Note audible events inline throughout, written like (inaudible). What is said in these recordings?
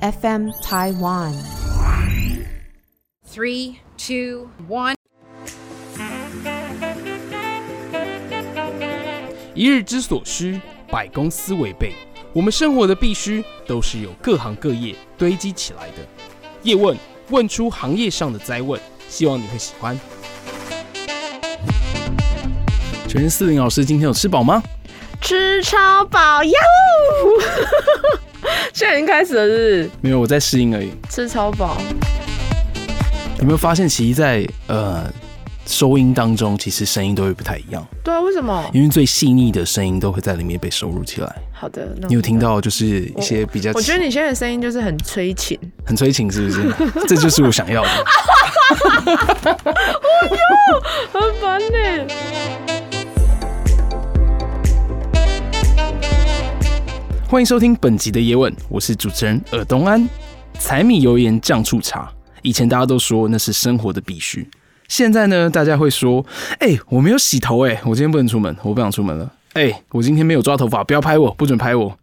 FM Taiwan。 Three, two, one. 一日之所需，百公司为备。我们生活的必须，都是由各行各业堆积起来的。叶问问出行业上的灾问，希望你会喜欢。全是四零老师，今天有吃饱吗？吃超饱呀呼！现在已经开始了是没有，我在适应而已。不是吃超饱，有没有发现，其实在呃收音当中，其实声音都会不太一样，对啊，为什么？因为最细腻的声音都会在里面被收录起来。好的，那我你有听？到就是一些比较，我觉得你现在的声音就是很催情，很催情，是不是？ (laughs) 这就是我想要的。很烦欸呢。欢迎收听本集的夜问，我是主持人尔东安。柴米油盐酱醋茶，以前大家都说那是生活的必须，现在呢，大家会说：“哎、我没有洗头、哎，我今天不能出门，我不想出门了。哎、我今天没有抓头发，不要拍我，不准拍我，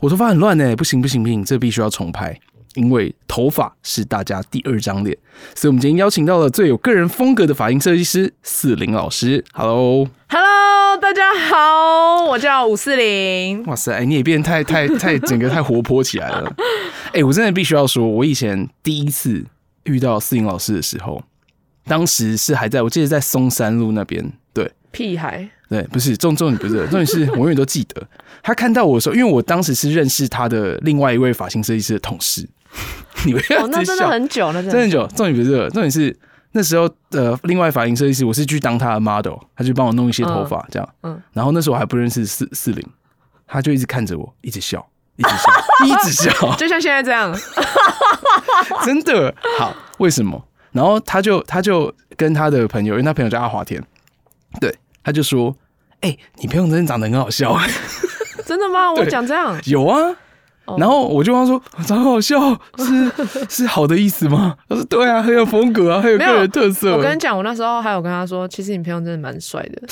我头发很乱哎、不行不行不行，这必须要重拍。”因为头发是大家第二张脸，所以我们今天邀请到了最有个人风格的发型设计师四零老师。Hello， Hello，大家好，我叫五四零，哇塞，哎你也变太 (laughs) 太太整个太活泼起来了。哎、我真的必须要说，我以前第一次遇到思颖老师的时候，当时是还在我记得在松山路那边，对屁孩，对，不是重重点不是这个重点是我永远都记得他看到我的时候，因为我当时是认识他的另外一位发型设计师的同事，你们 (laughs) 哦，那真的很久，那真真的的久，重点不是这个，重点是那时候呃，另外发型设计师，我是去当他的 model，他就帮我弄一些头发这样，嗯嗯，然后那时候我还不认识四四零，他就一直看着我，一直笑，一直笑， (laughs) 一直笑，就像现在这样，真的好，为什么？然后他就他就跟他的朋友，因为他朋友叫阿华田，对，他就说，哎、你朋友真的长得很好笑， (laughs) 真的吗？我对讲这样，有啊。哦然后我就跟他说：“长得好笑是是好的意思吗？”他说：“对啊，很有风格啊，很有没有个人特色。”我跟你讲，我那时候还有跟他说，其实你朋友真的蛮帅 (laughs) 的，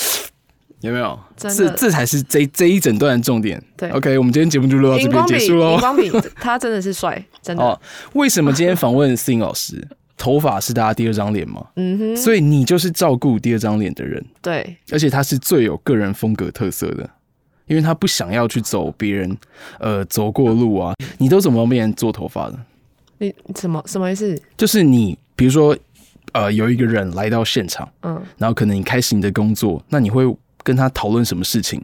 有没有？真这的这才是这这一整段的重点。对，OK，我们今天节目就录到这荧边光结笔，束喽荧。光笔，他真的是帅，真 (laughs) 的，哦，为什么今天访问 Sing 老师？ (laughs) 头发是大家第二张脸吗？嗯哼，所以你就是照顾第二张脸的人，对，而且他是最有个人风格特色的，因为他不想要去走别人呃走过路啊。你都怎么帮别人做头发的？你什么什么意思？就是你，比如说呃，有一个人来到现场，嗯，然后可能你开始你的工作，那你会跟他讨论什么事情，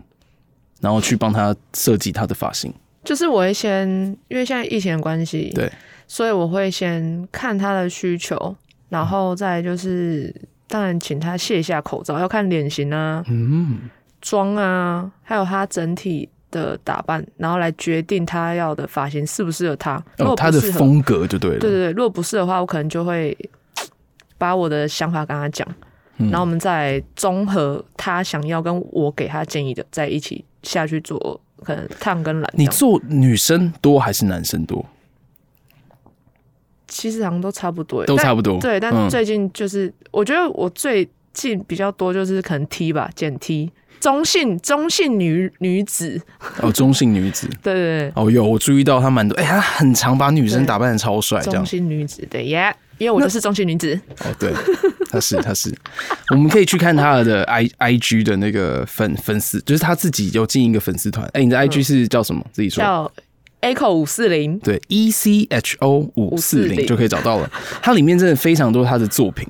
然后去帮他设计他的发型。就是我会先，因为现在疫情的关系，对，所以我会先看他的需求，然后再就是，当然请他卸下口罩，要看脸型啊、嗯，妆啊，还有他整体的打扮，然后来决定他要的发型适不适合他。哦，如果他不的适合，风格就对了。对对对，如果不适合的话，我可能就会把我的想法跟他讲，嗯然后我们再综合他想要跟我给他建议的，在一起下去做，可能烫跟染这你样。做女生多还是男生多？其实好像都差不多耶，欸都但差不多。对，但嗯最近就是、我觉得我最近比较多就是可能 T 吧，剪 T，中性中性女女子，哦，中性女子对对哦，有我注意到她蛮多，哎、她很常把女生对打扮的超帅，这对，样中性女子对耶因为我就是中性女子，哦，对，她是她是，我们可以去看她的呃 i i g 的那个粉粉丝，就是她自己有进一个粉丝团，哎、你的 i g 是叫什么？自己说。嗯叫 Echo 五四零，对，E C H O 五四零540就可以找到了。它里面真的非常多他的作品，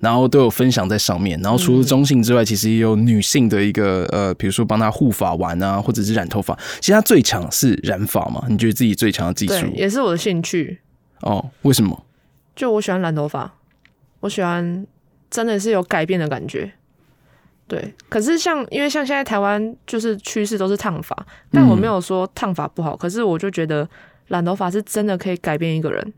然后都有分享在上面。然后除了中性之外，其实也有女性的一个呃，比如说帮他护发完啊，或者是染头发。其实他最强是染发嘛？你觉得自己最强的技对，术也是我的兴趣，哦？为什么？就我喜欢染头发，我喜欢真的是有改变的感觉。对，可是像因为像现在台湾就是趋势都是烫发，但嗯我没有说烫发不好，可是我就觉得染头发是真的可以改变一个人，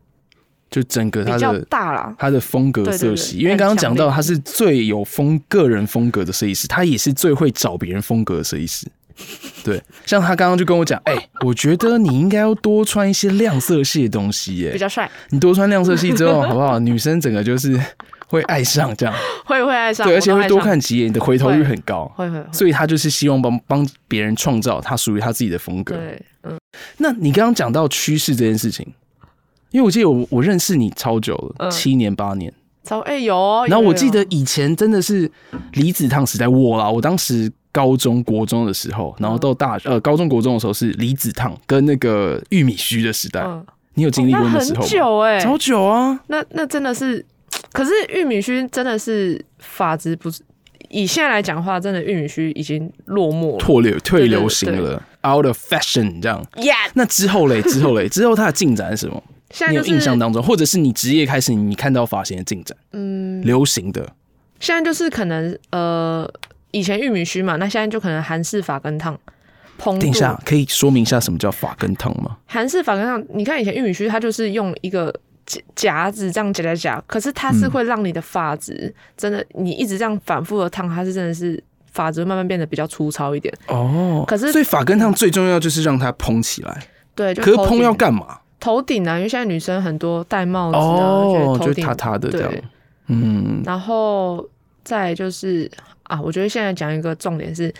就整个他比较的。大啦。他的风格色系，对对对因为刚刚很强讲烈到他是最有风个人风格的设计师，他也是最会找别人风格的设计师。对，像他刚刚就跟我 (laughs) 讲，哎、我觉得你应该要多穿一些亮色系的东西、耶。比较帅，你多穿亮色系之 (laughs) 后，好不好？女生整个就是会爱上这样，会会爱上，对，而啊我且都会爱多上，看几眼，你的回头率很高。会会会，所以他就是希望帮帮别人创造他属于他自己的风格。对，嗯，那你刚刚讲到趋势这件事情，因为我记得我我认识你超久了，嗯七年八年。超哎、有哦，然后有我记有得以前真的是离子烫时代，我啦，我当时高中国中的时候，然后嗯到大呃高中国中的时候是离子烫跟那个玉米须的时代，嗯，你有经历那过那时很候吗？久哎、超久啊！那那真的是，可是玉米须真的是发质不是，以现在来讲的话，真的玉米须已经落寞了。脱流退对对流行对了，out of fashion 这样。 Yeah，那之后嘞，之后嘞，之后它的进展是什 (laughs) 么？现在你就有是印象当中，或者是你职业开始，你看到发型的进展，嗯，流行的现在就是可能呃，以前玉米须嘛，那现在就可能韩式发根烫。蓬等一度，下可以说明一下什么叫发根烫吗？韩式发根烫，你看以前玉米须，它就是用一个夹夹子这样夹夹夹，可是它是嗯会让你的发质、真的，你一直这样反复的烫，它是真的是发质会慢慢变得比较粗糙一点。哦，可是所以发根烫最重要就是让它蓬起来，对，就可是头蓬顶要干嘛？头顶啊，因为现在女生很多戴帽子啊，哦，就觉得头是顶塌塌的这对样，嗯，然后再来就是啊，我觉得现在讲一个重点是，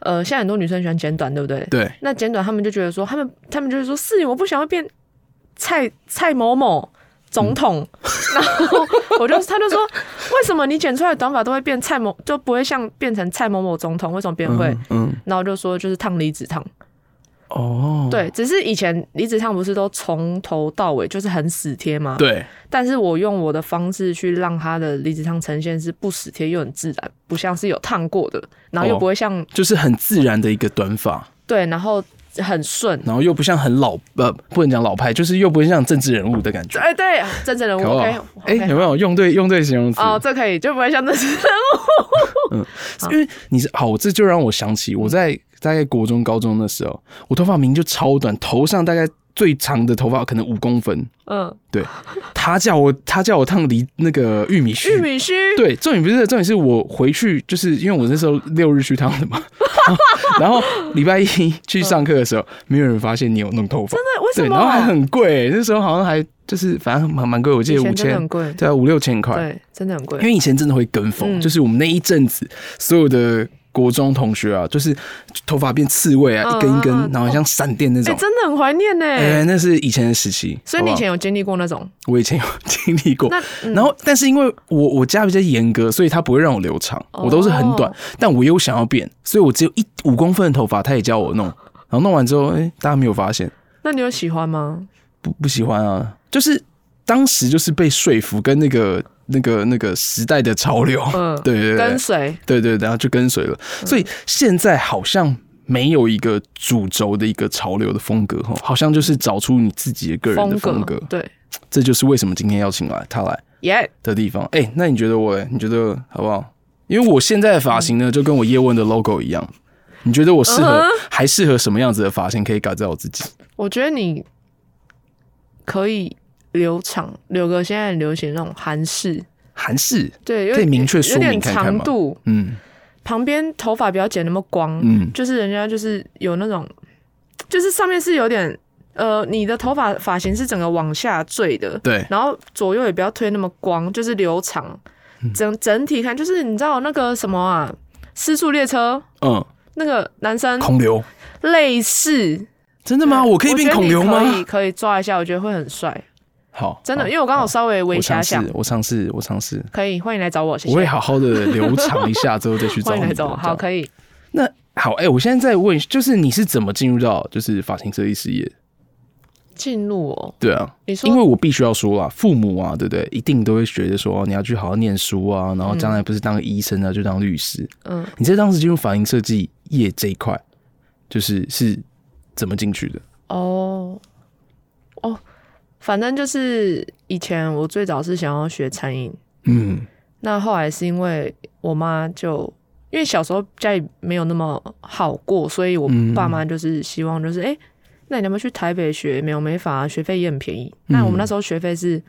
呃，现在很多女生喜欢剪短，对不对？对，那剪短，她们就觉得说，她们她们就是说，是我不想要变蔡蔡某某。总统，嗯 (laughs) 然后我就他就说，为什么你剪出来的短发都会变蔡某，就不会像变成蔡某某总统？为什么别人会？嗯，嗯，然后我就说就是烫离子烫，哦，对，只是以前离子烫不是都从头到尾就是很死贴吗？对，但是我用我的方式去让它的离子烫呈现是不死贴又很自然，不像是有烫过的，然后又哦不会像、就是很自然的一个短发，对，然后很顺。然后又不像很老，呃，不能讲老派，就是又不像政治人物的感觉。哎，对，真正人物搞不 OK，好哎，有没有用对用对形容词？哦，这可以，就不会像这是因为你是好，这就让我想起我在大概国中、高中的时候，我头发明明就超短，头上大概最长的头发可能五公分。 (laughs) 嗯，对，他叫我他叫我烫离那个玉米须，玉米须， (laughs) 对，重点不是这个，重点是我回去，就是因为我那时候六日去烫的嘛， (laughs) 然后礼拜一去上课的时候，没有人发现你有弄头发，那嗯为什对，么？然后还很贵、那时候好像还就是反正蛮蛮贵，我记以得前五真的千很，贵，对啊，五六千块，对，真的很贵因。为以前真的会跟风，嗯就是我们那一阵子所有的。国中同学啊，就是头发变刺猬啊，嗯一根一根嗯嗯，然后像闪电那哎，种。真的很怀念呢。哎，那是以前的时期。所以你以好不前有经历过那种？好我以前有 (laughs) 经历过，那嗯然后，但是因为我我家比较严格，所以它不会让我留长，哦我都是很短，但我又想要变，所以我只有一五公分的头发，他也教我弄，然后弄完之后，哎、大家没有发现，那你有喜欢吗？不不喜欢啊，就是当时就是被说服跟那个那个那个时代的潮流，嗯， (laughs) 对对对跟随，嗯对对，然后就跟随了，所以现在好像。没有一个主轴的一个潮流的风格哈，好像就是找出你自己的个人的风格，对，这就是为什么今天邀请来他来。耶，的地方。哎、那你觉得我、欸？你觉得好不好？因为我现在的发型呢，就跟我叶问的 logo 一样。你觉得我适合嗯嗯哼还适合什么样子的发型可以改造我自己？我觉得你可以留长，留个现在很流行那种韩式，韩式，对，有可以明确有说明点看看长吗？度，嗯旁边头发不要剪那么光，嗯，就是人家就是有那种，就是上面是有点呃，你的头发发型是整个往下坠的，对，然后左右也不要推那么光，就是留长，嗯整整体看就是你知道那个什么啊，失速列车嗯，那个男生孔刘，类似。真的吗？啊我可以变觉得孔你刘可以吗？可以抓一下，我觉得会很帅，好，真的，好因为我刚好稍微微我遐尝想试，，我尝试，我尝试，可以欢迎来找我，谢我会谢，好好的留长一下之后再 (laughs) 去找欢迎来你嗯找我，的。好，以。可以。那好，哎、我现在在问，就是你是怎么进入到就是发型设计事业？进入哦，对啊，你说因为我必须要说啦，父母啊，对不对？一定都会觉得说，哦你要去好好念书啊，然后将来不是当个医生啊，就当律师。嗯，你在当时进入反应设计业这一块，就是是怎么进去的？哦，哦，反正就是以前我最早是想要学餐饮，嗯，那后来是因为我妈就因为小时候家里没有那么好过，所以我嗯爸妈就是希望就是哎、诶那你要不要去台北学美容美发、啊？学费也很便宜。嗯那我们那时候学费是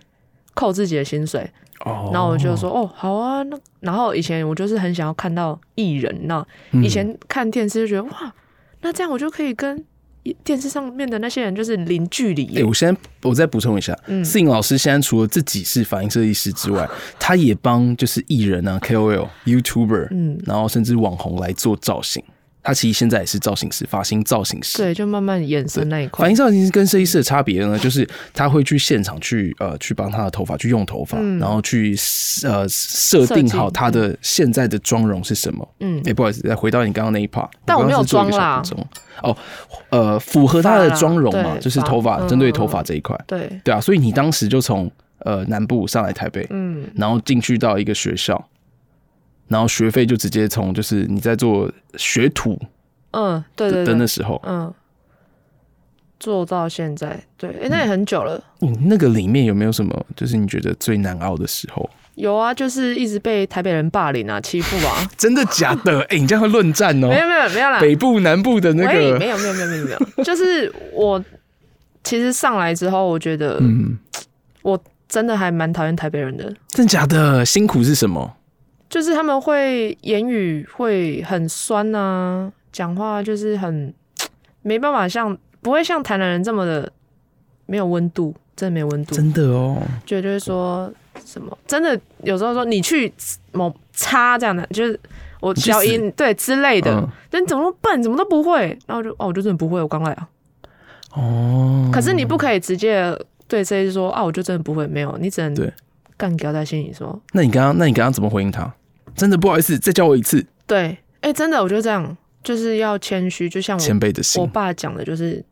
扣自己的薪水，哦然后我就说哦好啊，那然后以前我就是很想要看到艺人那嗯以前看电视就觉得哇，那这样我就可以跟电视上面的那些人就是零距离哎、耶。我现在我再补充一下，嗯摄影老师现在除了自己是反应设计师之外， (laughs) 他也帮就是艺人啊、KOL、YouTuber，嗯，然后甚至网红来做造型。他其实现在也是造型师、发型造型师。对，就慢慢衍生那一发块型。造型师跟设计师的差别呢，就是他会去现场去呃去帮他的头发去用头发，嗯然后去呃设定好他的现在的妆容是什么。嗯哎、，不好意思，再回到你刚刚那一 part，但我刚刚没有是做一个妆啦小补充哦，呃，符合他的发啦妆容嘛，对就是发头发嗯针对头发这一块，对，对啊，所以你当时就从呃南部上来台北，嗯，然后进去到一个学校，然后学费就直接从就是你在做学徒嗯，对的的对对，那时候，嗯，做到现在，对，哎、嗯那也很久了。你那个里面有没有什么就是你觉得最难熬的时候？有啊，就是一直被台北人霸凌啊、欺负啊。真的假 (laughs) 的？哎、你这样会论战 (laughs) 哦没有没有没有啦，北部南部的那喂个没，有没有没有没有没 (laughs) 有，就是我其实上来之后，我觉得嗯，真的还蛮讨厌台北人的，真假的辛苦是什么？就是他们会言语会很酸啊，讲话就是很没办法像不会像台南人这么的没有温度，真的没有温度，真的哦，绝对说什么真的有时候说你去某叉这样的，就是我你去消死音对之类的，嗯但怎么那么笨，怎么都不会，然后我就哦我就真的不会，我刚来啊，哦，可是你不可以直接对设计师说啊，我就真的不会，没有，你只能对干掉在心里说，那你刚刚，那你刚刚怎么回应他？真的不好意思，再教我一次对，哎、真的，我就这样，就是要谦虚，就像前我辈的嗯我心。爸讲的，就是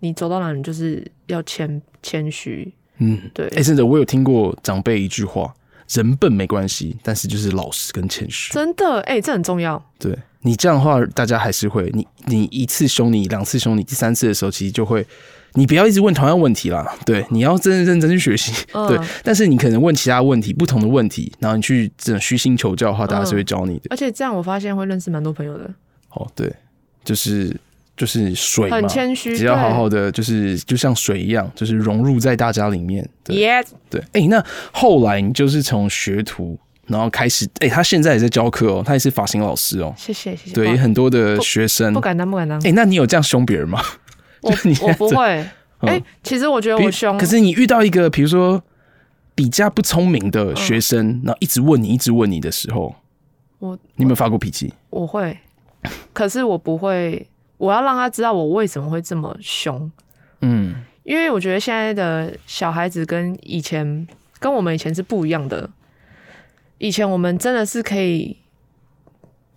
你走到哪里就是要谦谦虚，嗯，对，哎、真的，我有听过长辈一句话：人笨没关系，但是就是老实跟谦虚。真的，哎、这很重要，对你这样的话，大家还是会，你你一次凶你，两次凶你，第三次的时候，其实就会，你不要一直问同样问题啦。对，你要真的认真去学习。嗯对，但是你可能问其他问题，不同的问题，然后你去这种虚心求教的话，大家是会教你的。而且这样我发现会认识蛮多朋友的，哦，对，就是就是水嘛，嗯很谦虚，只要好好对。的，就是就像水一样，就是融入在大家里面。对 Yes，对，哎、那后来你就是从学徒，然后开始，哎、他现在也在教课哦，他也是发型老师哦，谢谢谢谢。对，不也很多的学生不。敢当，不敢当哎、。那 (laughs) 你有这样凶别人吗？我就你现我在不这嗯会。哎，其实我觉得比我凶，可是你遇到一个，比如说比较不聪明嗯的学生，然后一直问你，一直问你的时候，我你有没有发过脾气？我会，可是我不会，我要让他知道我为什么会这么凶，嗯，因为我觉得现在的小孩子跟以前跟我们以前是不一样的。以前我们真的是可以，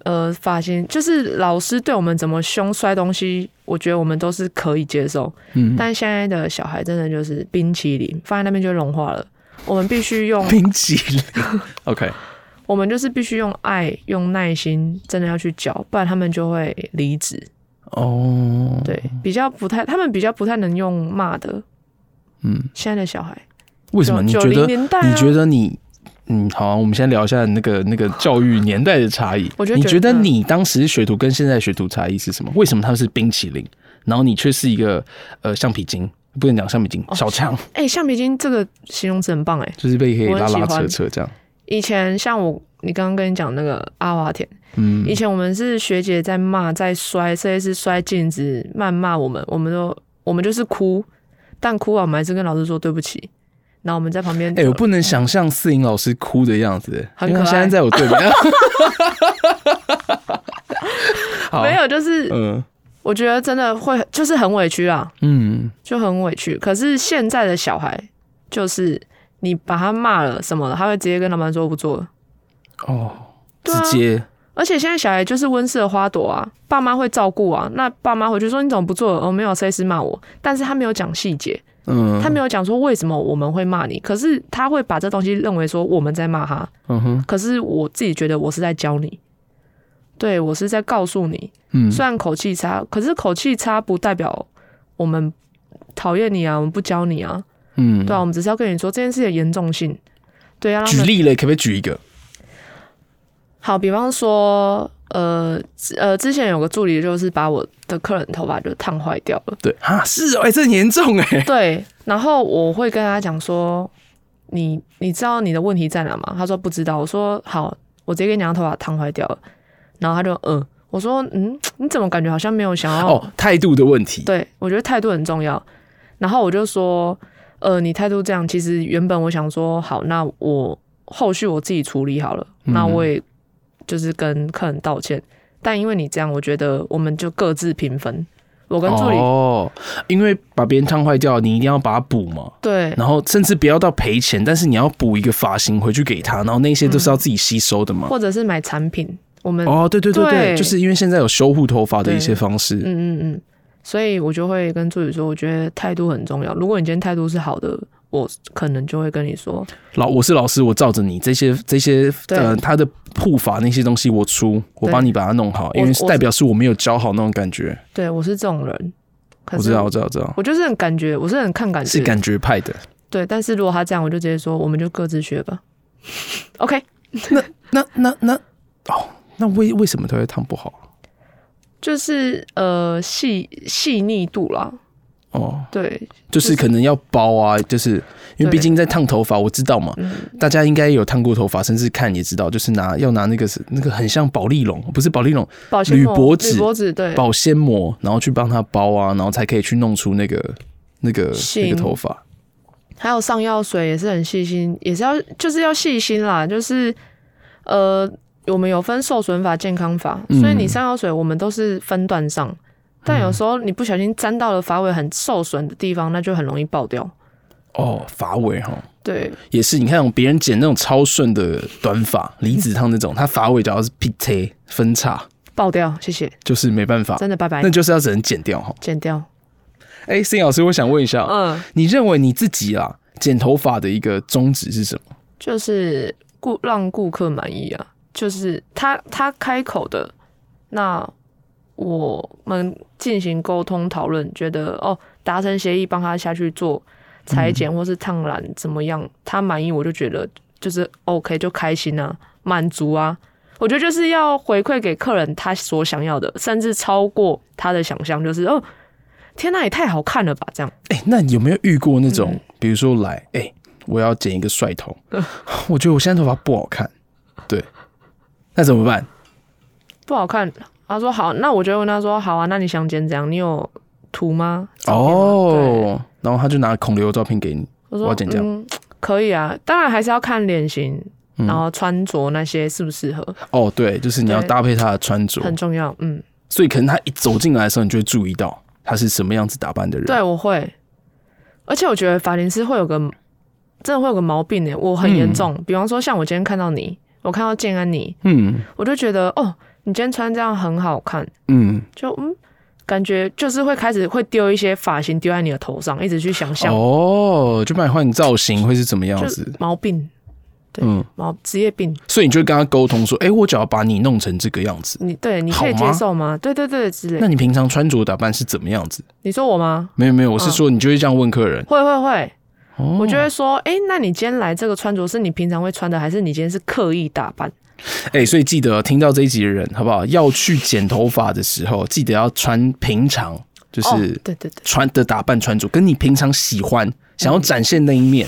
呃，发型就是老师对我们怎么凶摔东西，我觉得我们都是可以接受。嗯但现在的小孩真的就是冰淇淋放在那边就融化了，我们必须用冰淇 (laughs) 淋。OK，我们就是必须用爱、用耐心，真的要去教，不然他们就会离职。哦，对，比较不太，他们比较不太能用骂的。嗯，现在的小孩，为什么？你觉90得？年代啊你觉得你？嗯，好、啊，我们先聊一下那个那个教育年代的差异。我就觉得你觉得你当时学徒跟现在学徒差异是什么？为什么他是冰淇淋，然后你却是一个呃橡皮筋？不能讲橡皮筋，小 (laughs) 强，哎、橡皮筋这个形容词很棒哎、就是被可以我很拉喜拉欢扯扯这样。以前像我，你刚刚跟你讲那个阿华田，嗯以前我们是学姐在骂，在摔，设计师摔镜子，谩骂我们，我们都我们就是哭，但哭完啊我们还是跟老师说对不起，然后我们在旁边，哎、我不能想象四颖老师哭的样子，欸很因为可他现在爱在我对 (laughs) 面。好，没，有，就是、嗯我觉得真的会就是很委屈啦，嗯，就很委屈。可是现在的小孩，就是你把他骂了什么了，他会直接跟老板说我不做了。哦，对啊直接而且现在小孩就是温室的花朵啊，爸妈会照顾啊。那爸妈回去说你怎么不做了？哦，没有，谁是骂我？但是他没有讲细节，嗯，他没有讲说为什么我们会骂你。可是他会把这东西认为说我们在骂他，嗯哼，可是我自己觉得我是在教你，对我是在告诉你，嗯，虽然口气差，可是口气差不代表我们讨厌你啊，我们不教你啊。嗯，对啊，我们只是要跟你说这件事的严重性。对啊，让他举们例嘞，可不可以举一个？好，比方说，呃之呃，之前有个助理就是把我的客人头发就烫坏掉了，对啊，是哦，哎、这很严重哎、对，然后我会跟他讲说，你你知道你的问题在哪吗？他说不知道，我说好，我直接跟你讲头发烫坏掉了，然后他就嗯，我说嗯，你怎么感觉好像没有想要哦，态度的问题。对，我觉得态度很重要。然后我就说，呃，你态度这样，其实原本我想说，好，那嗯我后续我自己处理好了，那我也就是跟客人道歉。但因为你这样，我觉得我们就各自平分。我跟助理、哦，因为把别人烫坏掉，你一定要把它补嘛。对然后甚至不要到赔钱，但是你要补一个发型回去给他，然后那些都嗯是要自己吸收的嘛。或者是买产品，我们、哦，对对对对，嗯对就是因为现在有修护头发的一些方式，嗯嗯嗯，所以我就会跟助理说，我觉得态度很重要。如果你今天态度是好的，我可能就会跟你说，老我是老师，我照着你这些这些对呃他的护发那些东西我出，我对帮你把它弄好，我因为我代表是我没有教好那种感觉。对我是这种人。可我是知道，我知道，我知道，我就是很感觉，我是很看感觉，是感觉派的。对。但是如果他这样，我就直接说，我们就各自学吧。OK，那那那哦，那为为什么他会烫不好？就是呃细细腻度啦，哦，对，就是可能要包啊，就是因为对毕竟在烫头发，我知道嘛，嗯，大家应该有烫过头发，甚至看也知道，就是拿要拿那个是那个很像保丽龙，不是保丽龙，保鲜铝膜箔纸铝箔纸对，保鲜膜，然后去帮它包啊，然后才可以去弄出那个那个行那个头发。还有上药水也是很细心，也是要就是要细心啦，就是呃，我们有分受损法、健康法，嗯所以你上药水我们都是分段上，但有时候你不小心沾到了发尾很受损的地方，那就很容易爆掉。哦，发尾哈，对也是，你看别人剪那种超顺的短发，离子烫那种，他发尾只要是 PT 分叉，爆掉，谢谢，就是没办法，真的拜拜那，就是要只能剪掉哈。剪掉。哎、c 老师，我想问一下，嗯，你认为你自己啊剪头发的一个宗旨是什么？就是顾让顾客满意啊，就是他他开口的，那我们进行沟通讨论，觉得哦达成协议，帮他下去做裁剪或是烫染怎么样，他满意我就觉得就是 OK 就开心啊，满足啊。我觉得就是要回馈给客人他所想要的，甚至超过他的想象，就是哦，天呐，也太好看了吧！这样哎、那你有没有遇过那嗯种，比如说来，哎、我要剪一个帅 (laughs) 头，我觉得我现在头发不好看，对，那怎么办？不好看。他说好，那我就问他说好啊，那你想剪怎样？你有图吗？照片吗，对哦，然后他就拿孔刘的照片给你，我我要说剪这样嗯，可以啊，当然还是要看脸型，嗯然后穿着那些适不适合，哦，对，就是你要对搭配他的穿着，很重要。嗯，所以可能他一走进来的时候，你就会注意到他是什么样子打扮的人。对，我会。而且我觉得发型师会有个真的会有个毛病呢，我很严重。比方说，像我今天看到你，我看到建安你，嗯我就觉得哦，你今天穿这样很好看，嗯，就嗯，感觉就是会开始会丢一些发型丢在你的头上，一直去想象，哦，就帮你换造型会是怎么样就子？毛病嗯，毛职业病。所以你就跟他沟通说，哎、我只要把你弄成这个样子，你对你可以好吗接受吗？对对对，之类那。你平常穿着打扮是怎么样子？你说我吗？没有没有，我是说你就会这样问客人。会会会，哦我就会说，哎、那你今天来这个穿着是你平常会穿的，还是你今天是刻意打扮？哎、所以记得听到这一集的人，好不好？要去剪头发的时候，记得要穿平常，就哦是，对对对，穿的打扮穿着，跟你平常喜欢想要展现那一面。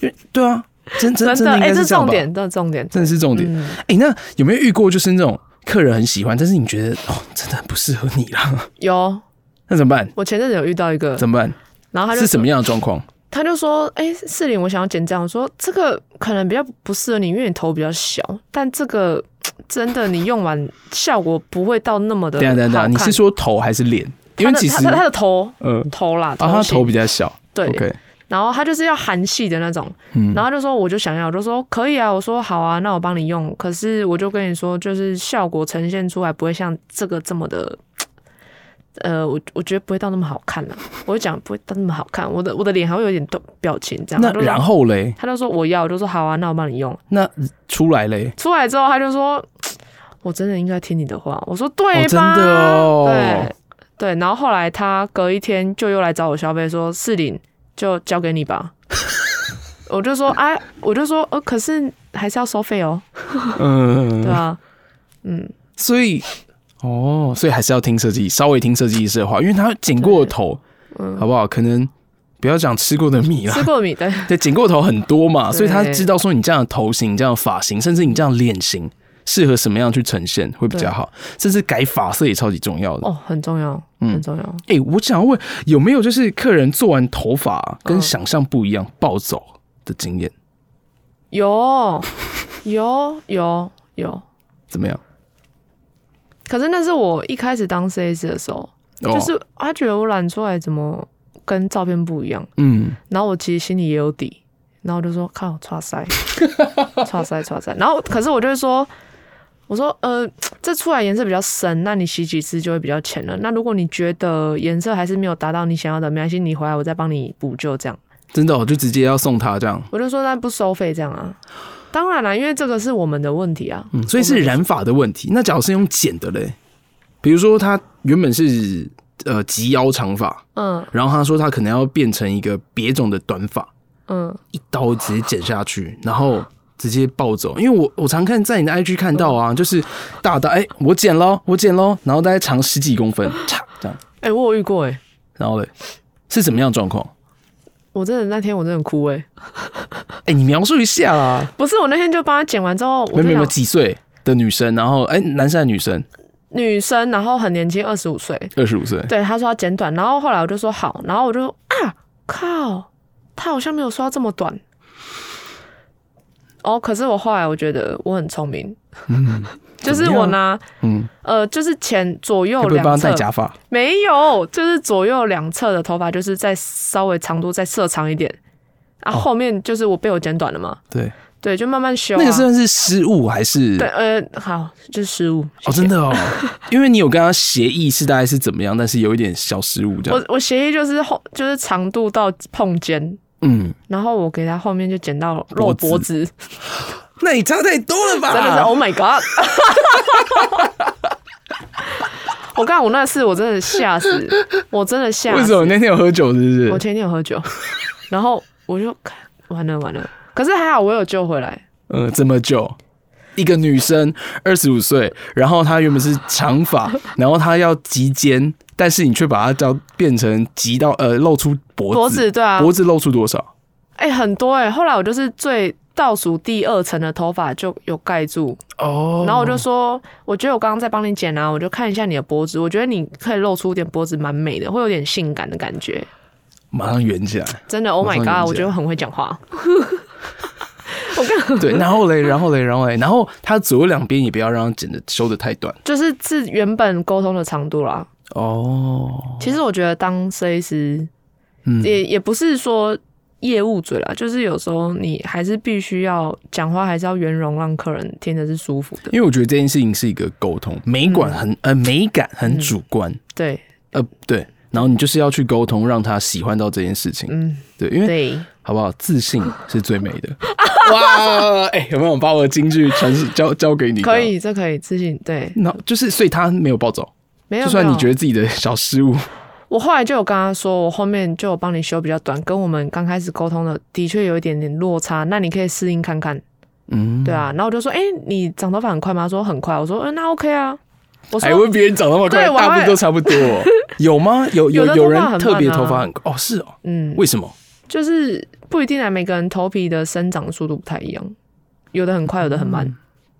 因为对啊，真真嗯真真的的，应哎、该这是是这样重吧？点，这是重点。真的是重点。哎、嗯，那有没有遇过就是那种客人很喜欢，但是你觉得哦，真的很不适合你啦？ (laughs) 有，那怎么办？我前阵子有遇到一个，怎么办？然后他就是什么样的状况？他就说，哎、四零，我想要剪这样，我说这个可能比较不适合你，因为你头比较小，但这个真的你用完效果不会到那么的等一呃好下看。等一下等一下，你是说头还是脸？因为他的其实他他他的头呃，头啦，啊，他型头比较小。对 OK，然后他就是要韩系的那种，嗯然后他就说我就想要，我就说可以啊，我说好啊，那我帮你用。可是我就跟你说，就是效果呈现出来不会像这个这么的，呃，我我觉得不会到那么好看了、我就讲不会到那么好看，我的我的脸还会有点动表情这样。那他就说然后嘞，他就说我要，我就说好啊，那我帮你用。那出来嘞，出来之后他就说，我真的应该听你的话。我说对哦真吧？的哦对对。然后后来他隔一天就又来找我消费说，四零就交给 (laughs) 你吧。我就说哎、我就说呃，可是还是要收费哦，嗯，对啊，嗯，所以哦，所以还是要听设计，稍微听设计师的话，因为他剪过头，嗯好不好？可能不要讲吃过的米吃啦，过米对，对，剪过头很多嘛，对所以他知道说你这样的头型、你这样的发型，甚至你这样脸型适合什么样去呈现会比较好，甚至改发色也超级重要的。哦，很重要，嗯很重要。哎、我想要问有没有就是客人做完头发、跟嗯想象不一样暴走的经验？有有有有，怎么样？可是那是我一开始当 CS 的时候，哦就是他觉得我染出来怎么跟照片不一样，嗯，然后我其实心里也有底，然后我就说靠，叉 (laughs) 塞，叉塞，叉塞。然后可是我就会说，我说呃，这出来颜色比较深，那你洗几次就会比较浅了。那如果你觉得颜色还是没有达到你想要的，没关系，你回来我再帮你补救这样。真的、哦，就直接要送他这样，我就说那不收费这样啊。当然啦，因为这个是我们的问题啊。嗯，所以是染发的问题。那假如是用剪的嘞，比如说他原本是呃及腰长发，嗯然后他说他可能要变成一个别种的短发，嗯，一刀直接剪下去，然后直接暴走。因为我我常看在你的 IG 看到啊，就是大大哎、我剪喽，我剪喽，然后大概长十几公分，嚓这样，哎、我有遇过哎、然后嘞是怎么样的状况？我真的那天我真的哭哎、哎、你描述一下啦，不是我那天就帮他剪完之后，没我有就没有想没有几岁的女生，然后哎、男生还是女生，女生，然后很年轻，二十五岁，二十五岁， (laughs) 对，他说要剪短，然后后来我就说好，然后我就啊靠，他好像没有说到这么短。哦，可是我后来我觉得我很 (laughs) 聪明，就是我拿嗯，呃，就是前左右会不会两帮他侧戴假发？没有，就是左右两侧的头发就是再稍微长度再设长一点，啊，哦后面就是我被我剪短了嘛，对，对，就慢慢修、啊。那个算是失误还是？对，呃，好，就是失误。谢哦，谢真的哦， (laughs) 因为你有跟他协议是大概是怎么样，但是有一点小失误这样。我我协议就是后就是长度到碰肩，嗯，然后我给他后面就剪到脖肉子啊脖子，那你差太多了吧？真的是 Oh my God！我刚我那次我真的吓死，我真的吓为什死。么那天有喝酒？是不是？我前天有喝酒，然后我就看完了完了，可是还好我有救回来。呃，这么久，一个女生二十五岁，然后她原本是长发，然后她要及肩，但是你却把她叫变成及到呃露出脖子，脖子对啊，脖子露出多少？哎、很多哎、后来我就是最倒数第二层的头发就有盖住，哦然后我就说，我觉得我刚刚在帮你剪啊，我就看一下你的脖子，我觉得你可以露出点脖子，蛮美的，会有点性感的感觉。马上圆起来。真的，Oh 马 my 上理 god，解我觉得很会讲话。对，然后嘞，然后嘞，然后嘞，然后她左右两边也不要让她剪的修的太短。就是是原本沟通的长度啦。哦，其实我觉得当设计师嗯，也也不是说业务嘴啦，就是有时候你还是必须要讲话，还是要圆融，让客人听的是舒服的。因为我觉得这件事情是一个沟通，美感很、呃美感嗯很主观，对，呃对，然后你就是要去沟通，让他喜欢到这件事情，嗯，对，因为对，好不好？自信 (laughs) 是最美的。哇，哎、有没有把我的金句传交交给你？可。以，这可以自信。对，那就是，所以他没有暴走，没有。就算没你有觉得自己的小失误，我后来就有跟他说，我后面就有帮你修比较短，跟我们刚开始沟通的的确有一点点落差，那你可以适应看看，嗯，对啊。然后我就说，哎、你长头发很快吗？他说很快。我说，嗯、那 OK 啊。我说还问别人长那么快，对我还大部分都差不多，哦 (laughs) 有吗？有有的有头发人很慢特别啊头发很哦，是哦，嗯，为什么？就是不一定啊，每个人头皮的生长速度不太一样，有的很快，有的很慢，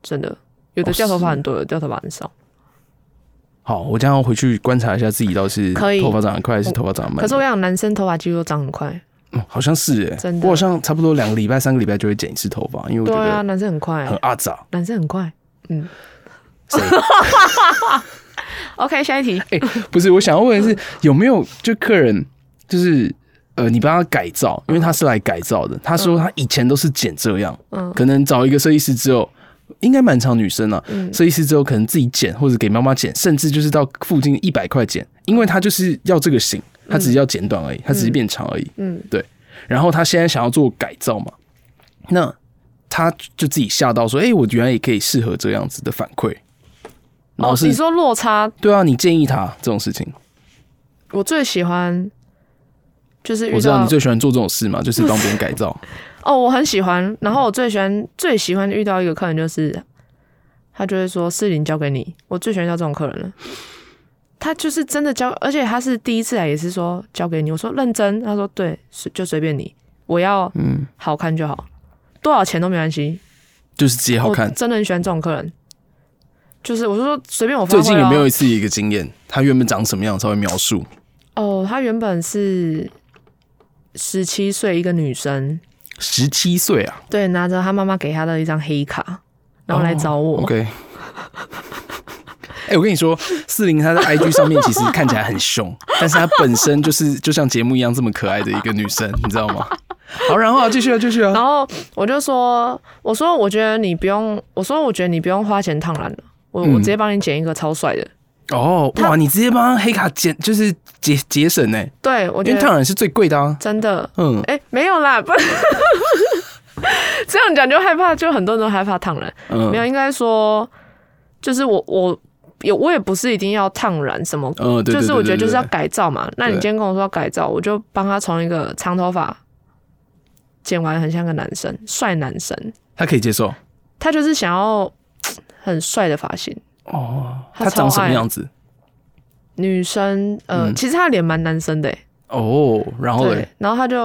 真的，有的嗯哦掉头是发很多，有的掉头发很少。好，我将要回去观察一下自己到底是可以头发长得快还是头发长得慢。可是我想，男生头发几乎都长很快，嗯好像是哎、真的我好像差不多两个礼拜、三个礼拜就会剪一次头发，因为我对觉啊，得男生很快很，阿 (laughs) 杂。男生很快。嗯谁，OK，下一题。不是，我想要问的是，有没有就客人就是呃，你帮他改造，因为他是来改造的。他说他以前都是剪这样，嗯可能找一个设计师之后，应该蛮常女生啊，嗯设计师之后可能自己剪或者给妈妈剪，甚至就是到附近一百块剪，因为他就是要这个型，他只是要剪短而已，他只是变长而已。嗯，然后他现在想要做改造嘛，那他就自己吓到说：“哎、我原来也可以适合这样子的反馈。”然后哦，是、你说落差对啊，你建议他这种事情，我最喜欢就是 (laughs) 我遇知道到你最喜欢做这种事嘛，就是帮别人改 (laughs) 造。哦，我很喜欢。然后我最喜欢最喜欢遇到一个客人，就是他就会说事情交给你。我最喜欢遇到这种客人了。他就是真的交，而且他是第一次来，也是说交给你。我说认真，他说对，随就随便你，我要嗯，好看就好，多少钱都没关系。就是直接好我看。真的很喜欢这种客人。就是我就说随便我发挥最近有咯没有一次一个经验，他原本长什么样，稍微描述哦，他原本是十七岁一个女生，十七岁啊对，拿哦哦着他妈妈给他的一张黑卡，然后来找我。 ，OK，哎、我跟你说，四零她在 IG 上面其实看起来很凶，但是她本身就是就像节目一样这么可爱的一个女生，你知道吗？好，然后啊，继续啊，继续啊然。后我就说，我说我觉得你不用，我说我觉得你不用花钱烫染了，我、我嗯直接帮你剪一个超帅的。哦，哇，你直接帮黑卡节就是节节省呢、对，我觉因为烫得染是最贵的啊。真的，嗯，哎、没有啦，不， (laughs) 这样讲就害怕，就很多人都害怕烫染。嗯没有，应该说，就是我我有我也不是一定要烫染什么，嗯，对对对就是我觉得就是要对改造嘛。那你对今天跟我说要改造，我就帮他从一个长头发剪完很像个男生，帅男生，她可以接受。他就是想要很帅的发型。哦，她她超长什么爱样子？女生，呃，嗯其实他脸蛮男生的、欸，哦，然后嘞对，，然后他就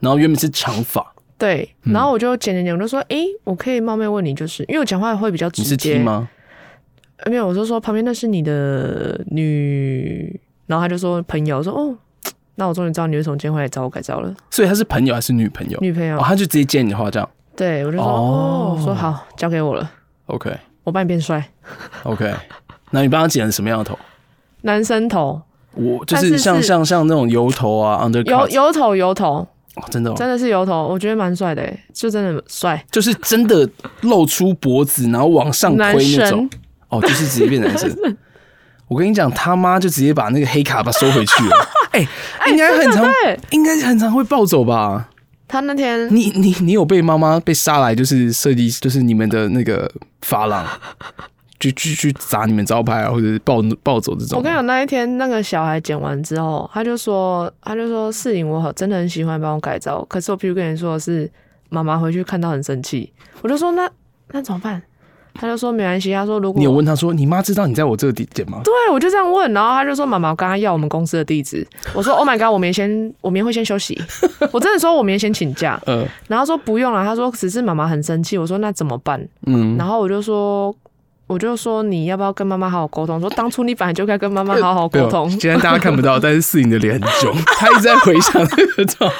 然后原本是长发，对，嗯然后我就剪剪剪，我就说，诶，我可以冒昧问你，就是因为我讲话会比较直你是 T 接，吗？呃没有，我就说旁边那是你的女，然后他就说朋友，我说哦，那我终于知道你为什么今天会来找我改造了，所以她是朋友还是女朋友？女朋友，哦，她就直接接你的话这样。对我就说哦哦，我说好，交给我了， OK (laughs) 我帮你变帅， OK，那你帮她剪了什么样的头？男生头，我就但是是像是像像那种油头啊，undercut，油油头油头，哦真的哦真的是油头，我觉得蛮帅的、诶就真的帅，就是真的露出脖子，然后往上男推那种神，，哦，就是直接变 (laughs) 男生。我跟你讲，他妈就直接把那个黑卡把收回去 (laughs) 了。哎、应该很常，对，应该很常会暴走吧？他那 (laughs) 天你你你有被妈妈被杀来，就是设计，就是你们的那个发廊，就去去砸你们招牌啊，或者是暴暴走这种。我跟你讲，那一天那个小孩剪完之后，他就说，他就说，世颖，我好真的很喜欢帮我改造，可是我必须跟你说的是，妈妈回去看到很生气。我就说，那那怎么办？他就说没关系，他说如果你有问他说，你妈知道你在我这个地点吗？对我就这样问，然后他就说妈妈，我刚刚要我们公司的地址，我说 Oh my god，我明天先，我明天会先休息，我真的说我明天先请假，呃，然后他说不用了，啊他说只是妈妈很生气，我说那怎么办？嗯，然后我就说。我就说你要不要跟妈妈好好沟通？说当初你本来就该跟妈啊妈好好没沟有通。虽然大家看不到，但是四影的脸很囧，他一直在回想这个照。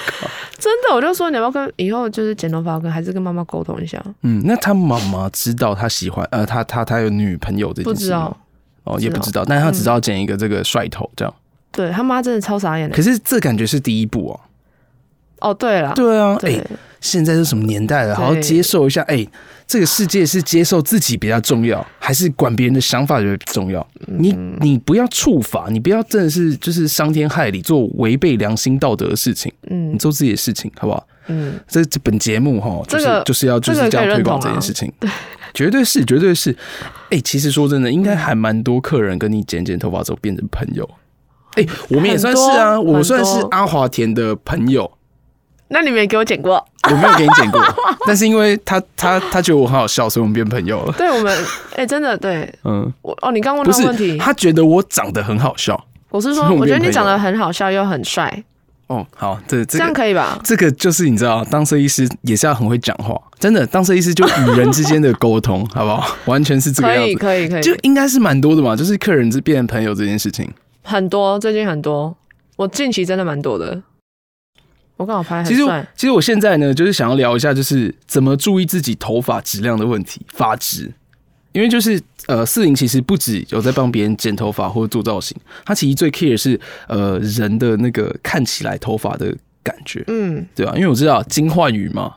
真的，我就说你要不要跟以后就是剪头发跟还是跟妈妈沟通一下？嗯，那他妈妈知道他喜欢呃，他他他有女朋友这不件知事吗道，，哦，不知也道嗯不知道，但是他只知道剪一个这个帅头这样。对他妈真的超傻眼的可。是这感觉是第一步哦。哦，对了，对啊，哎对，现在是什么年代了？好好对接受一下，哎，这个世界是接受自己比较重要，还是管别人的想法比较重要？嗯你你不要触法，你不要真的是就是伤天害理，做违背良心道德的事情，你嗯做自己的事情，好不好？嗯，这这本节目哈，就是、这个啊就是要就是这样推广这件事情，绝对是绝对是。哎、其实说真的，应该还蛮多客人跟你剪剪头发之后变成朋友。哎、我们也算是啊，很多我算是很多阿华田的朋友，那你们也给我剪过？ (laughs) 我没有给你剪过，但是因为他他他觉得我很好笑，所以我们变朋友 (laughs) 了。对我们，哎、真的对嗯，我哦，你刚问不到是问题，他觉得我长得很好笑。我是是说，我们我觉得变你长朋友得很好笑又很帅，哦，好，这这这样个。可以吧？这个就是你知道，当设计师也是要很会讲话，真的，当设计师就与人之间的沟通，好不好？完全是这个可样子以，。可以，可以，就应该是蛮多的嘛，就是客人是变成朋友这件事情。很多，最近很多，我近期真的蛮多的。我刚好拍其很实帅，，其实我现在呢，就是想要聊一下，就是怎么注意自己头发质量的问题，发质。因为就是呃，四零其实不止有在帮别人剪头发或者做造型，他其实最 care 的是呃人的那个看起来头发的感觉，嗯，对吧、啊因为我知道金焕宇 (laughs) 嘛，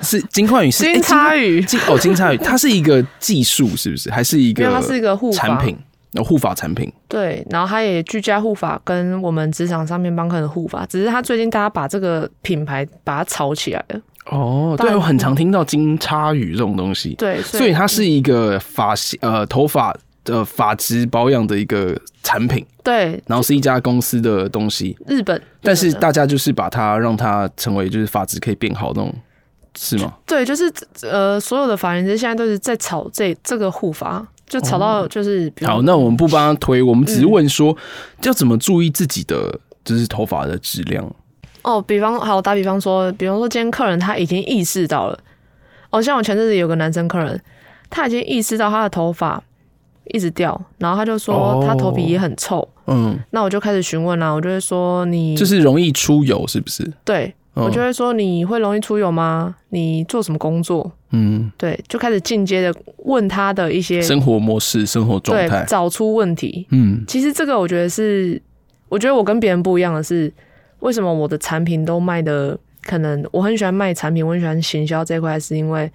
是金焕宇是金叉宇鱼，金哦金叉宇，它是一个技术是不是？还是一因个为它是一个护发产品？哦护发产品对，然后他也居家护法跟我们职场上面帮客人护法，只是他最近大家把这个品牌把它炒起来了，哦，当对，然我很常听到金叉羽这种东西，对，所以它是一个发型呃头发的发质保养的一个产品，对然后是一家公司的东西，日本，但是日本的大家就是把它让它成为就是发质可以变好那种，是吗？对就是呃所有的发型师现在都是在炒这这个护法，就炒哦到就是比如好，那我们不帮他推，我们嗯只是问说要怎么注意自己的就是头发的质量。哦，比方好打比方说，比方说今天客人他已经意识到了，哦，像我前阵子有个男生客人，他已经意识到他的头发一直掉，然后他就哦说他头皮也很臭，嗯，那我就开始询问啦、啊我就会说你就是容易出油，是不是？对。嗯我就会说你会容易出油吗？你做什么工作？嗯，对，就开始进阶的问他的一些生活模式、生活状对态，找出问题。嗯其实这个我觉得是，我觉得我跟别人不一样的是，为什么我的产品都卖的可能我很喜欢卖产品，我很喜欢行销这一块，是因为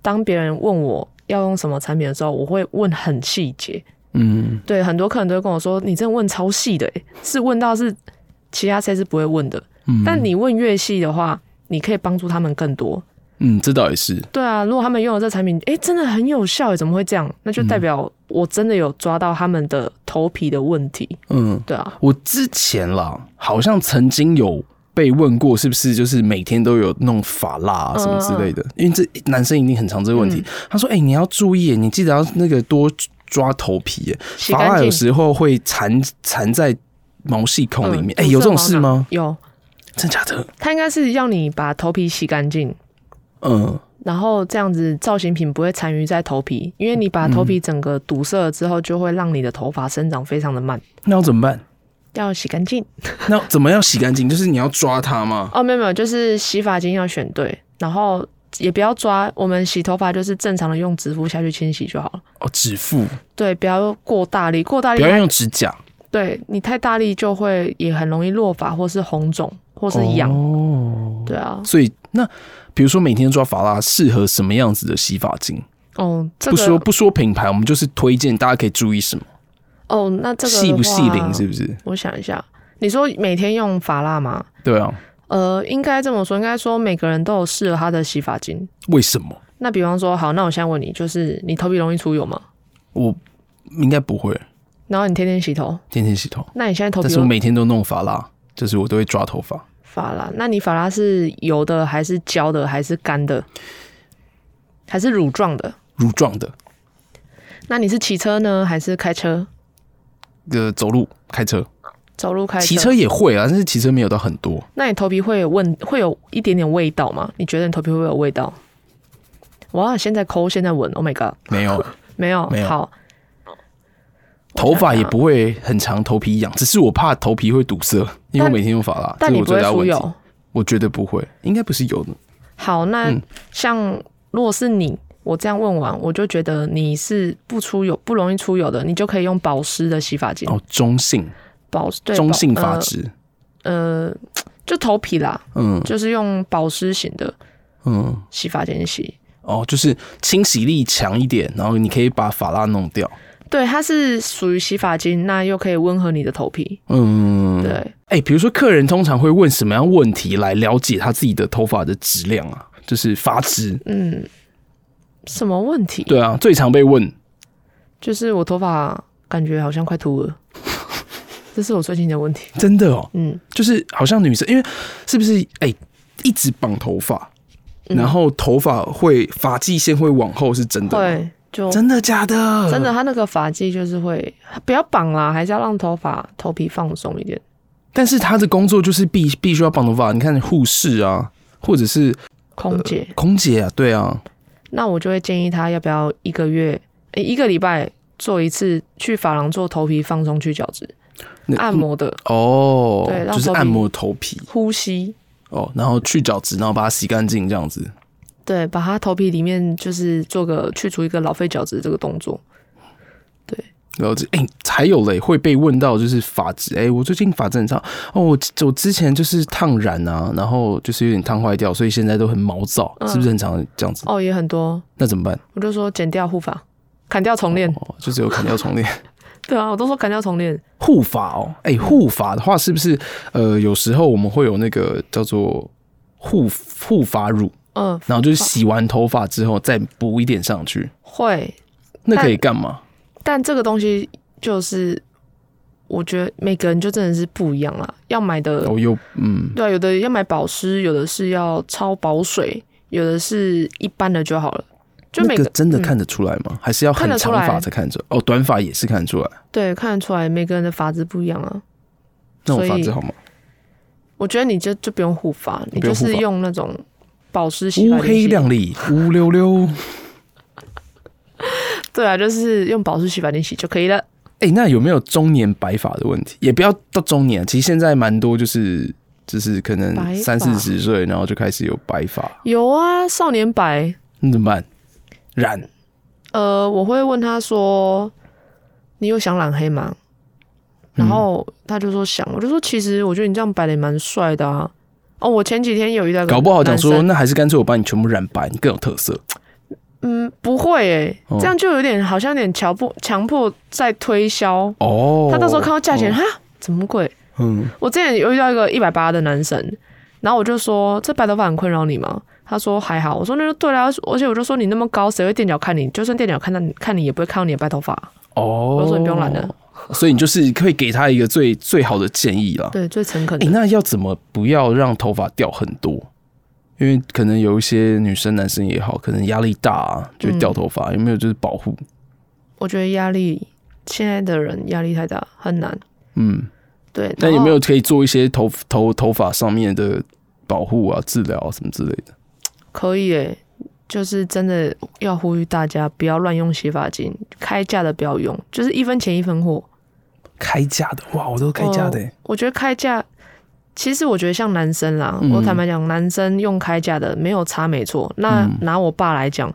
当别人问我要用什么产品的时候，我会问很细节。嗯对，很多客人都会跟我说，你真的问超细的、欸，是问到是其他菜是不会问的。嗯，但你问越细的话，你可以帮助他们更多。嗯，这倒也是，对啊，如果他们用了这产品，诶，真的很有效，欸怎么会这样？那就代表我真的有抓到他们的头皮的问题。嗯，对啊，我之前啦，好像曾经有被问过，是不是就是每天都有弄发蜡、啊、什么之类嗯的？因为这男生一定很常这个问题。他说：“哎、你要注意，你记得要那个多抓头皮耶，洗发干蜡有净。时候会缠缠在毛细孔里面。哎、嗯有这种事吗？？有，真假的？他应该是要你把头皮洗干净，嗯然后这样子造型品不会残余在头皮，因为你把头皮整个堵塞了之后，就会让你的头发生长非常的慢。那要怎么办？要洗干净那怎么样洗干净？就是你要抓它吗？哦，没有没有，就是洗发精要选对，然后也不要抓。我们洗头发就是正常的用指腹下去清洗就好了，哦，指腹，对，不要过大力，过大不力要用指甲，对你太大力就会也很容易落发，或是红肿，或是痒。哦，对啊，所以那比如说每天抓发蜡，适合什么样子的洗发精？哦，这不说个不说品牌，我们就是推荐大家可以注意什么，哦，那这个细不的细话鳞是不是？我想一下，你说每天用发蜡吗？对啊，呃，应该这么说，应该说每个人都有适合他的洗发精。为什么？那比方说，好，那我现在问你，就是你头皮容易出油吗？我应该不会然后你天天洗头，天天洗头，那你现在头但皮是我有每天都弄发蜡，就是我都会抓头发，发蜡，那你发蜡是油的还是胶的还是干的，还是乳状的？乳状的，那你是骑车呢还是开车？呃，走路、开车、走路开骑车？也会啊，但是骑车没有到很多，那你头皮会有问会有一点点味道吗？你觉得你头皮会不会有味道？哇，现在抠，现在闻，Oh my god，没 (laughs) 有没有，没有好，头发也想不会很长，头皮痒，只是我怕头皮会堵塞，因为我每天用发蜡，这但是你我不最会大的出问题。油。我觉得不会，应该不是油的。好，那嗯像如果是你，我这样问完，我就觉得你是不出油、不容易出油的，你就可以用保湿的洗发精，哦，中性保对中性保发呃质，呃，就头皮啦，嗯就是用保湿型的嗯。洗发精洗。哦，就是清洗力强一点，然后你可以把发蜡弄掉。对，它是属于洗发精，那又可以温和你的头皮。嗯，对，。哎、比如说客人通常会问什么样问题来了解他自己的头发的质量啊？就是发质。嗯，什么问题？对啊，最常被问。就是我头发感觉好像快 (laughs) 秃了，这是我最近的问题。真的哦，嗯，就是好像女生，因为是不是哎、一直绑头发，嗯然后头发会发际线会往后，是真的吗？对，就真的假的？真的，。它那个发髻就是会不要绑啦，还是要让头发头皮放松一点。但是他的工作就是必必须要绑头发，你看护士啊，或者是空姐，空姐啊，对啊，呃那我就会建议她要不要一个月、诶一个礼拜做一次去发廊做头皮放松去角质那按摩的哦，对让就是头皮按摩头皮呼吸，哦，然后去角质，然后把它洗干净这样子。对，把她头皮里面就是做个去除一个老废角质这个动作。了解，哎、还有嘞，会被问到就是发质，哎、我最近发质很差哦，我我之前就是烫染啊，然后就是有点烫坏掉，所以现在都很毛躁，嗯是不是很常这样子？哦，也很多，那怎么办？我就说剪掉护发，砍掉重练。哦，就是有砍掉重练 (laughs) 对啊，我都说砍掉重练。护发哦，哎、护发的话是不是呃，有时候我们会有那个叫做护护发乳，嗯，然后就是洗完头发之后再补一点上去，会，那可以干嘛？但这个东西就是，我觉得每个人就真的是不一样啦。要买的，哦，又嗯，对啊，有的要买保湿，有的是要超保水，有的是一般的就好了。就每那个个真的嗯看得出来吗？还是要很长看得出发来才看得出来？哦，短发也是看得出来。对看得出来，每个人的发质不一样啊。那我发质所以好吗？我觉得你就就不用护发，你不用就护发是用那种保湿洗发乌精黑洗。亮丽，乌溜溜。 (laughs) 对啊，就是用保湿洗发精洗就可以了。哎、那有没有中年白发的问题？也不要到中年，啊其实现在蛮多就是就是可白能发三四十岁，然后就开始有白发。有啊，少年白那怎么办？染呃，我会问他说：“你有想染黑吗？”嗯然后他就说想，我就说其实我觉得你这样摆的也蛮帅的啊。哦，我前几天有遇到一个搞不好讲说，男生那还是干脆我把你全部染白，你更有特色。嗯，不会诶、哦这样就有点好像有点强迫强迫在推销。哦，他到时候看到价钱，哈、怎么贵？嗯，我之前有遇到一个一百八的男生，然后我就说这白头发很困扰你吗？他说还好。我说那就对啦，而且我就说你那么高，谁会垫脚看你？就算垫脚看到你看你，也不会看到你的白头发。哦，我就说你不用染了，所以你就是可以给他一个最最好的建议啦。对，最诚恳哦诶的。那要怎么不要让头发掉很多？因为可能有一些女生、男生也好，可能压力大、啊、就会掉头发，有没有就是保护？我觉得压力，现在的人压力太大，很难。嗯，对，但然有后没有可以做一些头头头发上面的保护啊、治疗、啊、什么之类的？可以诶、就是真的要呼吁大家不要乱用洗发精，开价的不要用，就是一分钱一分货。开价的哇，我都开价的、欸，我觉得开价，其实我觉得像男生啦，嗯我坦白讲，男生用开价的没有差，没错。那嗯拿我爸来讲，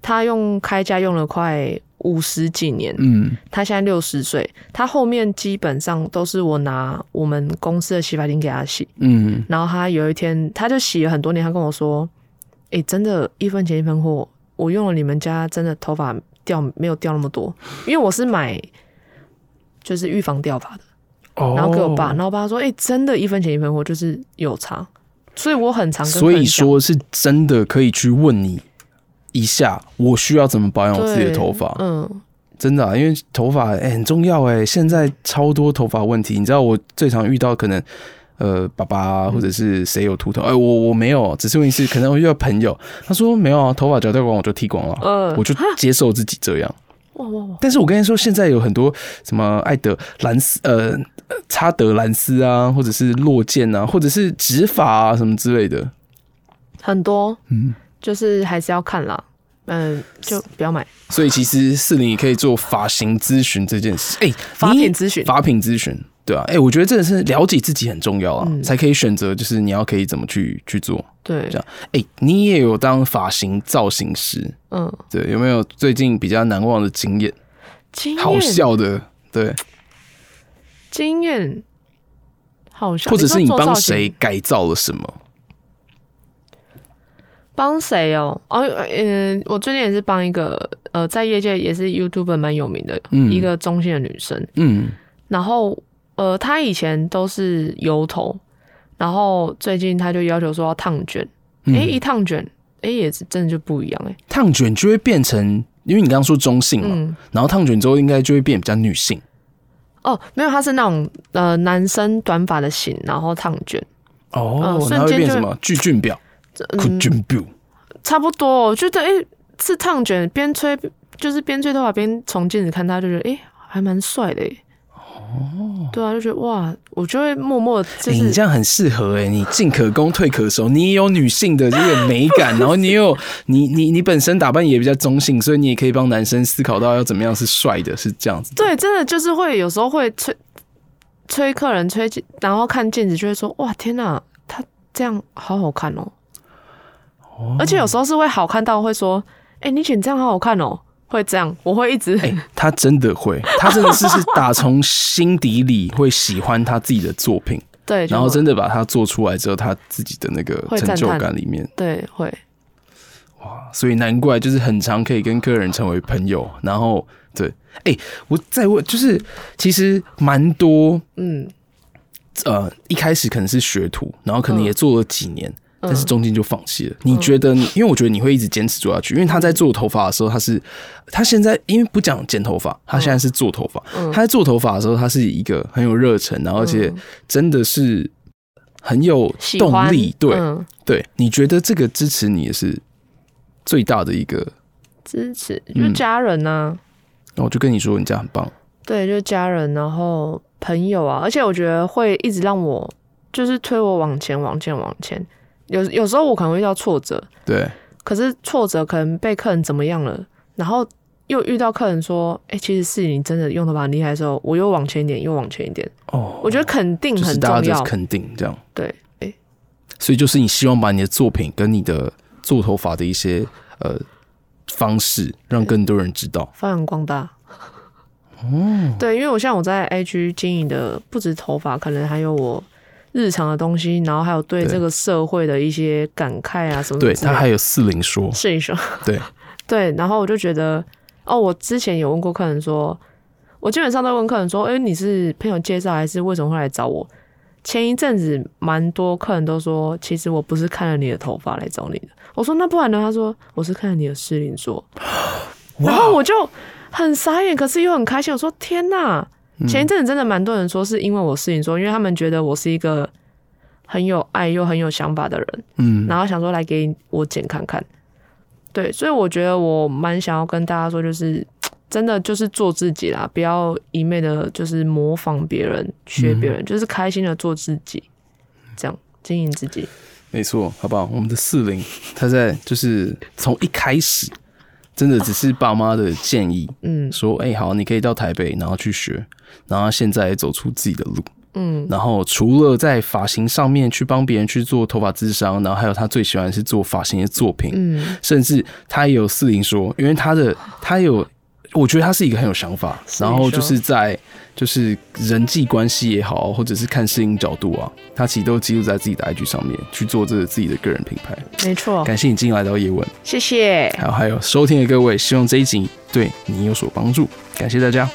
他用开价用了快五十几年，嗯，他现在六十岁，他后面基本上都是我拿我们公司的洗发精给他洗，嗯，然后他有一天，他就洗了很多年，他跟我说：“诶，真的，一分钱一分货，我用了你们家，真的头发掉没有掉那么多，因为我是买就是预防掉发的，哦然后给我爸，然后我爸说：诶，真的，一分钱一分货，就是有差。”所以我很常跟所客以人讲，说是真的可以去问你一下，我需要怎么保养我自己的头发？嗯，真的、啊，因为头发哎、很重要哎、现在超多头发问题。你知道我最常遇到可能呃爸爸嗯啊或者是谁有秃头，哎、我我没有，只是问一次，可能我遇到朋友，他说没有啊，头发只要掉光我就剃光了，嗯我就接受自己这样。哇哇哇，但是我跟你说，现在有很多什么艾德兰斯呃呃查德兰斯啊，或者是落剑啊，或者是直发啊什么之类的，很多嗯。就是还是要看啦，嗯，就不要买所以其实四零也可以做发型咨询这件事。哎、发你片咨询。发品咨询，对啊，哎、我觉得真的是了解自己很重要啊，嗯才可以选择就是你要可以怎么去去做。对这，样哎、你也有当发型造型师，嗯，对，有没有最近比较难忘的经验？经验好笑的，对，经验，好像或者是你说做帮造型谁改造了什么？帮谁哦？哦，嗯，我最近也是帮一个呃，在业界也是 YouTube 蛮有名的、嗯一个中性的女生，嗯，然后呃，她以前都是油头，然后最近她就要求说要烫卷，嗯诶，一烫卷，诶，也是真的就不一样诶。烫卷就会变成，因为你刚刚说中性嘛，嗯，然后烫卷之后应该就会变比较女性。哦，没有，她是那种呃男生短发的型，然后烫卷，哦嗯瞬然间后会变就什么巨俊表、酷嗯，俊表，差不多，我觉得诶，是烫卷，边吹就是边吹头发边从镜子看她，就觉得诶，还蛮帅的诶。对啊，就觉得哇，我就会默默地就欸你是这样很适合哎、你进可攻退可守，你也有女性的这个美感，然后你也有 (laughs) 你你你本身打扮也比较中性，所以你也可以帮男生思考到要怎么样是帅的，是这样子。对，真的就是会有时候会催催客人催进，然后看镜子就会说哇天哪，他这样好好看哦。哦而且有时候是会好看到会说，哎、你剪这样好好看哦，会这样，我会一哎直、他真的会，他真的是是打从心底里会喜欢他自己的作 (laughs) 品，对，就然后会真的把它做出来之后，他自己的那个会成赞就叹感里面，对会所以难怪就是很常可以跟客人成为朋友。然后对，哎、我再问，就是其实蛮多嗯呃，一开始可能是学徒，然后可能嗯也做了几年，但是嗯中间就放弃了。你觉得你？因为我觉得你会一直坚持做下去，因为他在做头发的时候，他是他现在因为不讲剪头发，他现在是做头发。嗯他在做头发的时候，他是一个很有热忱，然后而且嗯真的是很有喜动欢力。对、嗯对，你觉得这个支持你也是最大的一个。支持就嗯是家人啊呐、那我就跟你说，你这样很棒。对，就是家人，然后朋友啊，而且我觉得会一直让我就是推我往前、往前、往前。有有时候我可能会遇到挫折，对，可是挫折可能被客人怎么样了，然后又遇到客人说：“哎、其实是你真的用的蛮厉害。”的时候，我又往前一点，又往前一点。哦，我觉得肯定就是很重大家要的，肯定这样。对，哎、所以就是你希望把你的作品跟你的做头发的一些呃方式，让更多人知道。发扬光大。哦，对，因为我像我在 IG 经营的不止头发，可能还有我日常的东西，然后还有对对这个社会的一些感慨啊什么什么对之类他的还有四零说，试一试。对 (laughs) 对，然后我就觉得，哦，我之前有问过客人说，我基本上都问客人说，哎、你是朋友介绍还是为什么会来找我？前一阵子蛮多客人都说，其实我不是看了你的头发来找你的。我说那不然呢？他说我是看了你的适龄说，然后我就很傻眼，可是又很开心。我说天哪！前一阵子真的蛮多人说是因为我适龄说，因为他们觉得我是一个很有爱又很有想法的人。嗯，然后想说来给我剪看看。对，所以我觉得我蛮想要跟大家说，就是真的就是做自己啦，不要一昧的就是模仿别人、学别人，就是开心的做自己，这样经营自己。没错，好不好？我们的四零，他在就是从一开始，真的只是爸妈的建议，嗯说，哎、好，你可以到台北，然后去学，然后现在也走出自己的路。嗯，然后除了在发型上面去帮别人去做头发智商，然后还有他最喜欢的是做发型的作品，嗯，甚至他也有四零说，因为他的他有，我觉得他是一个很有想法，是然后就你说是在就是人际关系也好，或者是看摄影角度啊，他其实都记录在自己的 IG 上面去做这个自己的个人品牌。没错，感谢你今天来到叶问，谢谢。还有还有收听的各位，希望这一集对你有所帮助，感谢大家，